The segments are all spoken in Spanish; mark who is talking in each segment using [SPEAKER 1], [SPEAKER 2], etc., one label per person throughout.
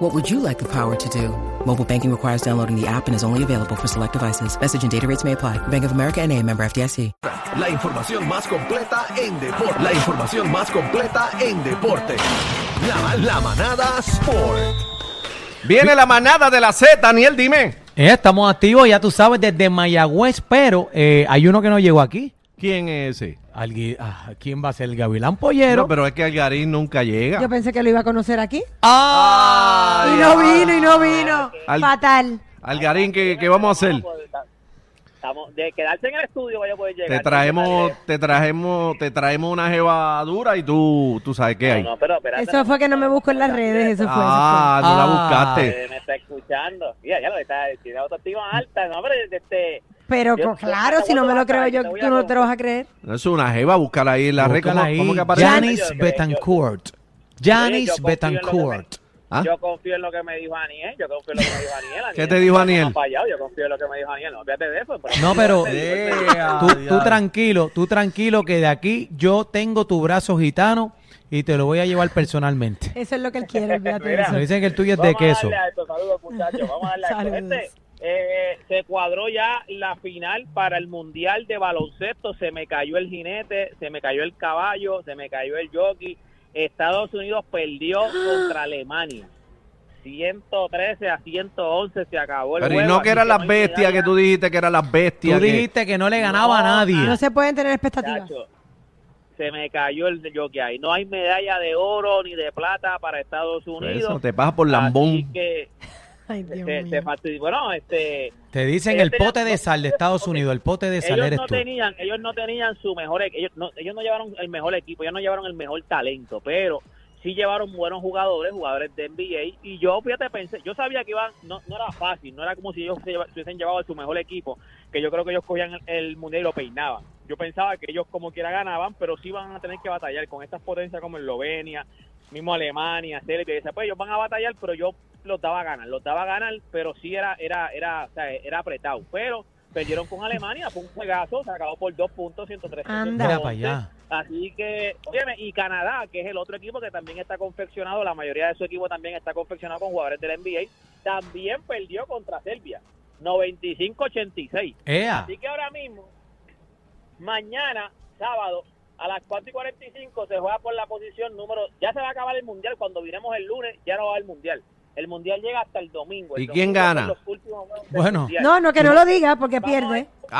[SPEAKER 1] What would you like the power to do? Mobile banking requires downloading the app and is only available for select devices. Message and data rates may apply. Bank of America and a member FDIC.
[SPEAKER 2] La información más completa en deporte. La información más completa en deporte. La, la manada Sport.
[SPEAKER 3] Viene la manada de la Z, Daniel, dime.
[SPEAKER 4] Eh, estamos activos, ya tú sabes, desde Mayagüez, pero eh, hay uno que no llegó aquí.
[SPEAKER 3] ¿Quién es ese?
[SPEAKER 4] Algui- ah, ¿Quién va a ser el Gavilán Pollero?
[SPEAKER 3] No, pero es que Algarín nunca llega.
[SPEAKER 5] Yo pensé que lo iba a conocer aquí.
[SPEAKER 4] ¡Ah!
[SPEAKER 5] y no vino, y no vino.
[SPEAKER 3] Al-
[SPEAKER 5] Fatal.
[SPEAKER 3] Algarín, ¿qué, qué vamos a hacer?
[SPEAKER 6] Estamos, de quedarse en el estudio vaya a poder llegar.
[SPEAKER 3] Te traemos, te trajemos, te traemos una jevadura y tú, tú sabes qué
[SPEAKER 6] No,
[SPEAKER 3] hay.
[SPEAKER 6] no, pero espérate,
[SPEAKER 5] Eso fue que no me busco en las redes, eso fue.
[SPEAKER 3] Ah, no la
[SPEAKER 4] Ah.
[SPEAKER 3] buscaste.
[SPEAKER 6] eh, me está escuchando. Mira, ya lo está, tiene autoestima alta. No, pero este,
[SPEAKER 5] eso fue. Pero
[SPEAKER 6] yo-
[SPEAKER 5] co- claro, si no me lo creo yo,
[SPEAKER 6] Te voy a
[SPEAKER 5] tú no te lo vas a creer.
[SPEAKER 3] No es una jeva, búscala ahí en la red. ¿Cómo,
[SPEAKER 4] Búscala ahí.
[SPEAKER 3] cómo que aparece?
[SPEAKER 4] Janis
[SPEAKER 6] Yo creo que-
[SPEAKER 4] Betancourt.
[SPEAKER 6] Oye,
[SPEAKER 4] Janis
[SPEAKER 6] yo confío en lo que
[SPEAKER 4] Betancourt.
[SPEAKER 3] ¿Ah?
[SPEAKER 6] yo confío en lo que me dijo Aniel. Yo confío en lo que me dijo Aniel. Aniel
[SPEAKER 3] ¿Qué te dijo
[SPEAKER 6] no
[SPEAKER 3] Aniel?
[SPEAKER 6] ha fallado, yo confío en lo que me dijo Aniel. No, fíjate de eso. pero-
[SPEAKER 4] No, pero
[SPEAKER 3] Yeah,
[SPEAKER 4] tú, tú
[SPEAKER 3] yeah.
[SPEAKER 4] tranquilo, tú tranquilo que de aquí yo tengo tu brazo gitano y te lo voy a llevar personalmente.
[SPEAKER 5] Eso es lo que él quiere, olvídate de
[SPEAKER 4] Me
[SPEAKER 5] eso.
[SPEAKER 4] dicen que el tuyo es de
[SPEAKER 6] Vamos
[SPEAKER 4] queso.
[SPEAKER 6] a darle a esto. Saludos, muchachos. Vamos a darle a esto.
[SPEAKER 5] Saludos.
[SPEAKER 6] Gente, eh, se cuadró ya la final para el Mundial de Baloncesto. Se me cayó el jinete, se me cayó el caballo, se me cayó el jockey. Estados Unidos perdió contra Alemania. 113 a 111 se acabó el
[SPEAKER 3] Pero y
[SPEAKER 6] juego,
[SPEAKER 3] no que
[SPEAKER 6] así
[SPEAKER 3] eran las
[SPEAKER 6] hay
[SPEAKER 3] bestias que tú dijiste que eran las
[SPEAKER 4] Tú
[SPEAKER 3] bestias. que-
[SPEAKER 4] dijiste que no le ganaba a nadie.
[SPEAKER 5] No se pueden tener expectativas.
[SPEAKER 6] Chacho, se me cayó el jockey ahí. No hay medalla de oro ni de plata para Estados Unidos.
[SPEAKER 3] Eso, te pasa por
[SPEAKER 6] Así
[SPEAKER 3] lambón.
[SPEAKER 6] que
[SPEAKER 5] Ay, Dios
[SPEAKER 6] se- se
[SPEAKER 5] mío.
[SPEAKER 6] fastidió. Bueno, este...
[SPEAKER 4] Te dicen
[SPEAKER 6] Ellos
[SPEAKER 4] el pote
[SPEAKER 6] tenían-
[SPEAKER 4] de sal de Estados Unidos, el pote de sal
[SPEAKER 6] ellos
[SPEAKER 4] eres
[SPEAKER 6] no
[SPEAKER 4] tú.
[SPEAKER 6] tenían ellos no tenían su mejor e- ellos no, ellos no llevaron el mejor equipo ellos no llevaron el mejor talento pero sí llevaron buenos jugadores jugadores de NBA y yo fíjate pensé yo sabía que iban no, no era fácil no era como si ellos se lleva- se hubiesen llevado su mejor equipo que yo creo que ellos cogían el, el mundial y lo peinaban yo pensaba que ellos como quiera ganaban pero sí van a tener que batallar con estas potencias como Eslovenia mismo Alemania Serbia y dice, pues ellos van a batallar pero yo los daba a ganar los daba a ganar pero sí era era era o sea, era apretado pero perdieron con Alemania, fue un juegazo, se acabó por dos puntos, 103.
[SPEAKER 5] Anda.
[SPEAKER 4] Mira para allá.
[SPEAKER 6] Así que, óyeme, y Canadá, que es el otro equipo que también está confeccionado, la mayoría de su equipo también está confeccionado con jugadores del NBA, también perdió contra Serbia, 95-86.
[SPEAKER 4] Ea.
[SPEAKER 6] Así que ahora mismo, mañana, sábado, a las 4 y 45 se juega por la posición número... Ya se va a acabar el Mundial, cuando viremos el lunes ya no va a haber Mundial. El Mundial llega hasta el domingo. El
[SPEAKER 3] ¿Y quién
[SPEAKER 6] domingo son
[SPEAKER 3] gana?
[SPEAKER 6] los últimos juegos del
[SPEAKER 4] Bueno.
[SPEAKER 6] Mundial.
[SPEAKER 5] No, no, que no lo diga porque
[SPEAKER 6] Este, Vamos a ver
[SPEAKER 5] pierde.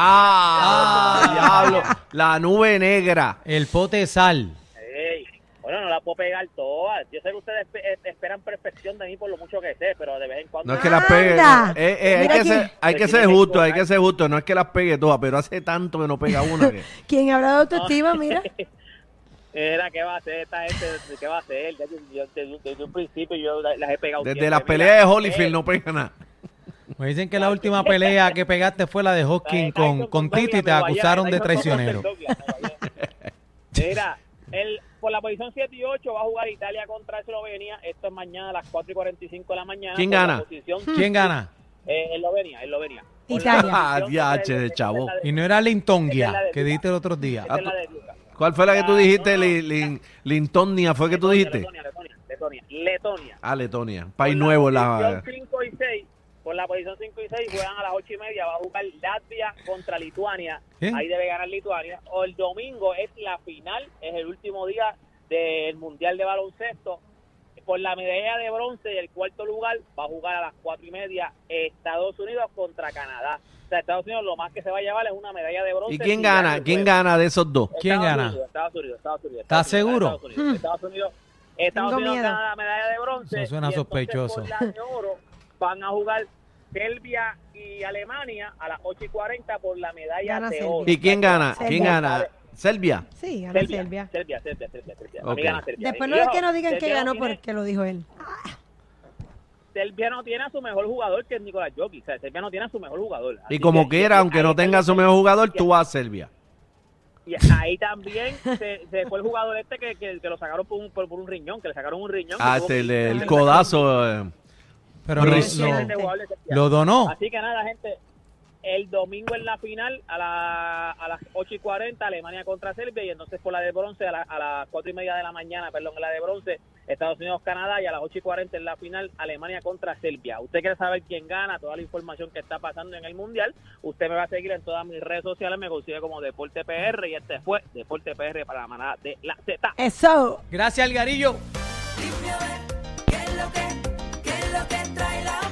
[SPEAKER 3] Ah, diablo. La nube negra.
[SPEAKER 4] El pote de sal.
[SPEAKER 6] Ey, Bueno, no la puedo pegar toda. Yo sé que ustedes espe- es- esperan perfección de mí por lo mucho que sé, pero de vez en cuando...
[SPEAKER 3] No es que las
[SPEAKER 5] Anda.
[SPEAKER 3] pegue. no. Eh, eh, hay,
[SPEAKER 5] Mira
[SPEAKER 3] que
[SPEAKER 5] aquí.
[SPEAKER 3] ser, hay que
[SPEAKER 6] Te
[SPEAKER 3] ser
[SPEAKER 6] tienes
[SPEAKER 3] justo, hay
[SPEAKER 6] que
[SPEAKER 3] que ser justo. No es que las pegue todas, pero hace tanto que no pega una. que-
[SPEAKER 5] Quien habla de autoestima, mira.
[SPEAKER 6] este, Ah. Era, ¿qué va a hacer esta gente? ¿Qué va a hacer? Ya, yo- yo- desde, desde un principio yo la- las he pegado.
[SPEAKER 3] Desde
[SPEAKER 6] siempre.
[SPEAKER 3] las
[SPEAKER 6] Mira,
[SPEAKER 3] peleas de
[SPEAKER 6] eh,
[SPEAKER 3] Holyfield no pega nada.
[SPEAKER 4] Me dicen que la última pelea que pegaste fue la de Hoskin
[SPEAKER 6] Tyson
[SPEAKER 4] con, con
[SPEAKER 6] Douglas,
[SPEAKER 4] Tito y te
[SPEAKER 6] Nueva
[SPEAKER 4] acusaron
[SPEAKER 6] York,
[SPEAKER 4] de
[SPEAKER 6] Tyson Douglas,
[SPEAKER 4] traicionero.
[SPEAKER 6] Douglas, Nueva York. Mira, el, por la posición 7 y 8 va a jugar Italia contra Eslovenia. Esto es mañana a las 4 y 45 de la mañana.
[SPEAKER 3] ¿Quién
[SPEAKER 6] Por la
[SPEAKER 3] gana?
[SPEAKER 6] posición-
[SPEAKER 4] ¿Quién gana?
[SPEAKER 6] Eh, Eslovenia, Eslovenia. Por la
[SPEAKER 5] Italia.
[SPEAKER 3] Ah,
[SPEAKER 6] posición
[SPEAKER 3] diache
[SPEAKER 6] tres,
[SPEAKER 3] de chavo.
[SPEAKER 6] esa es la
[SPEAKER 4] Y no era Lintongia,
[SPEAKER 6] Esa es la de
[SPEAKER 4] que
[SPEAKER 6] Cuba.
[SPEAKER 4] dijiste el otro día. Ah,
[SPEAKER 6] Esa es la de Luka.
[SPEAKER 3] ¿Cuál fue la que tú
[SPEAKER 6] Ah,
[SPEAKER 3] dijiste?
[SPEAKER 6] no, no.
[SPEAKER 3] Lin- lin- Lintonia, ¿fue que tú
[SPEAKER 6] Letonia,
[SPEAKER 3] dijiste?
[SPEAKER 6] Letonia, Letonia, Letonia. Letonia.
[SPEAKER 3] Ah, Letonia. País nuevo. La...
[SPEAKER 6] Posición 5 y 6, por la posición 5 y 6 juegan a las 8 y media, va a jugar Latvia contra Lituania.
[SPEAKER 4] Bien.
[SPEAKER 6] Ahí debe ganar Lituania. O el domingo es la final, es el último día del Mundial de Baloncesto. Por la medalla de bronce y el cuarto lugar va a jugar a las 4 y media Estados Unidos contra Canadá. O sea, Estados Unidos lo más que se va a llevar es una medalla de bronce.
[SPEAKER 3] ¿Y quién
[SPEAKER 6] si gana
[SPEAKER 3] gana?
[SPEAKER 6] el
[SPEAKER 3] ¿Quién
[SPEAKER 6] juego.
[SPEAKER 3] gana de esos dos?
[SPEAKER 4] ¿Quién
[SPEAKER 6] Estados
[SPEAKER 4] gana?
[SPEAKER 6] Unidos, Estados Unidos, Estados Unidos.
[SPEAKER 4] ¿Estás
[SPEAKER 6] Estados Unidos,
[SPEAKER 4] seguro?
[SPEAKER 6] Estados Unidos, Estados Unidos, Estados
[SPEAKER 5] Tengo
[SPEAKER 6] Unidos
[SPEAKER 5] miedo.
[SPEAKER 6] gana la medalla de bronce.
[SPEAKER 4] Eso suena
[SPEAKER 6] y entonces
[SPEAKER 4] sospechoso.
[SPEAKER 6] por la de oro van a jugar Serbia y Alemania a las 8 y 40 por la medalla
[SPEAKER 5] Gana
[SPEAKER 6] de
[SPEAKER 5] Serbia.
[SPEAKER 6] oro.
[SPEAKER 3] ¿Y quién gana?
[SPEAKER 5] Serbia.
[SPEAKER 3] ¿Quién gana? Serbia.
[SPEAKER 5] Sí, gana
[SPEAKER 6] Serbia,
[SPEAKER 5] Serbia.
[SPEAKER 6] Serbia, Serbia, Serbia, Serbia. A mí
[SPEAKER 3] Ok.
[SPEAKER 6] gana Serbia.
[SPEAKER 5] Después
[SPEAKER 6] Y
[SPEAKER 5] no es
[SPEAKER 6] ojo,
[SPEAKER 5] que nos digan que
[SPEAKER 6] Serbia no
[SPEAKER 5] ganó
[SPEAKER 6] tiene-
[SPEAKER 5] porque lo dijo él.
[SPEAKER 6] Serbia no tiene a su mejor jugador que es Nicolás Jokic. O sea, Serbia no tiene a su mejor jugador.
[SPEAKER 3] Y
[SPEAKER 6] Así
[SPEAKER 3] como
[SPEAKER 6] que-
[SPEAKER 3] quiera, aunque
[SPEAKER 6] ahí
[SPEAKER 3] no
[SPEAKER 6] está el
[SPEAKER 3] tenga su mejor
[SPEAKER 6] detalle.
[SPEAKER 3] jugador, tú vas a Serbia.
[SPEAKER 6] Y ahí también se, se fue el jugador este que, que, que lo sacaron por un, por, por un riñón, que le sacaron un riñón. que
[SPEAKER 3] Ah,
[SPEAKER 6] tuvo
[SPEAKER 3] este, el,
[SPEAKER 6] que-
[SPEAKER 3] el codazo. eh.
[SPEAKER 4] Pero
[SPEAKER 3] Pero
[SPEAKER 4] lo-
[SPEAKER 6] Ese
[SPEAKER 4] lo-
[SPEAKER 6] es el jugador de Santiago.
[SPEAKER 4] lo donó.
[SPEAKER 6] Así que nada, gente, el domingo en la final a, la- a las 8 y 40, Alemania contra Serbia, y entonces por la de bronce a, la- a las 4 y media de la mañana, perdón, en la de bronce, Estados Unidos-Canadá, y a las 8 y 40 en la final, Alemania contra Serbia. Usted quiere saber quién gana, toda la información que está pasando en el Mundial, usted me va a seguir en todas mis redes sociales, me consigue como Deporte PR, y este fue Deporte PR para la manada de la Z.
[SPEAKER 5] Eso.
[SPEAKER 4] Gracias, Algarillo.
[SPEAKER 7] Dime a ver, ¿qué es lo que, qué es lo que trae la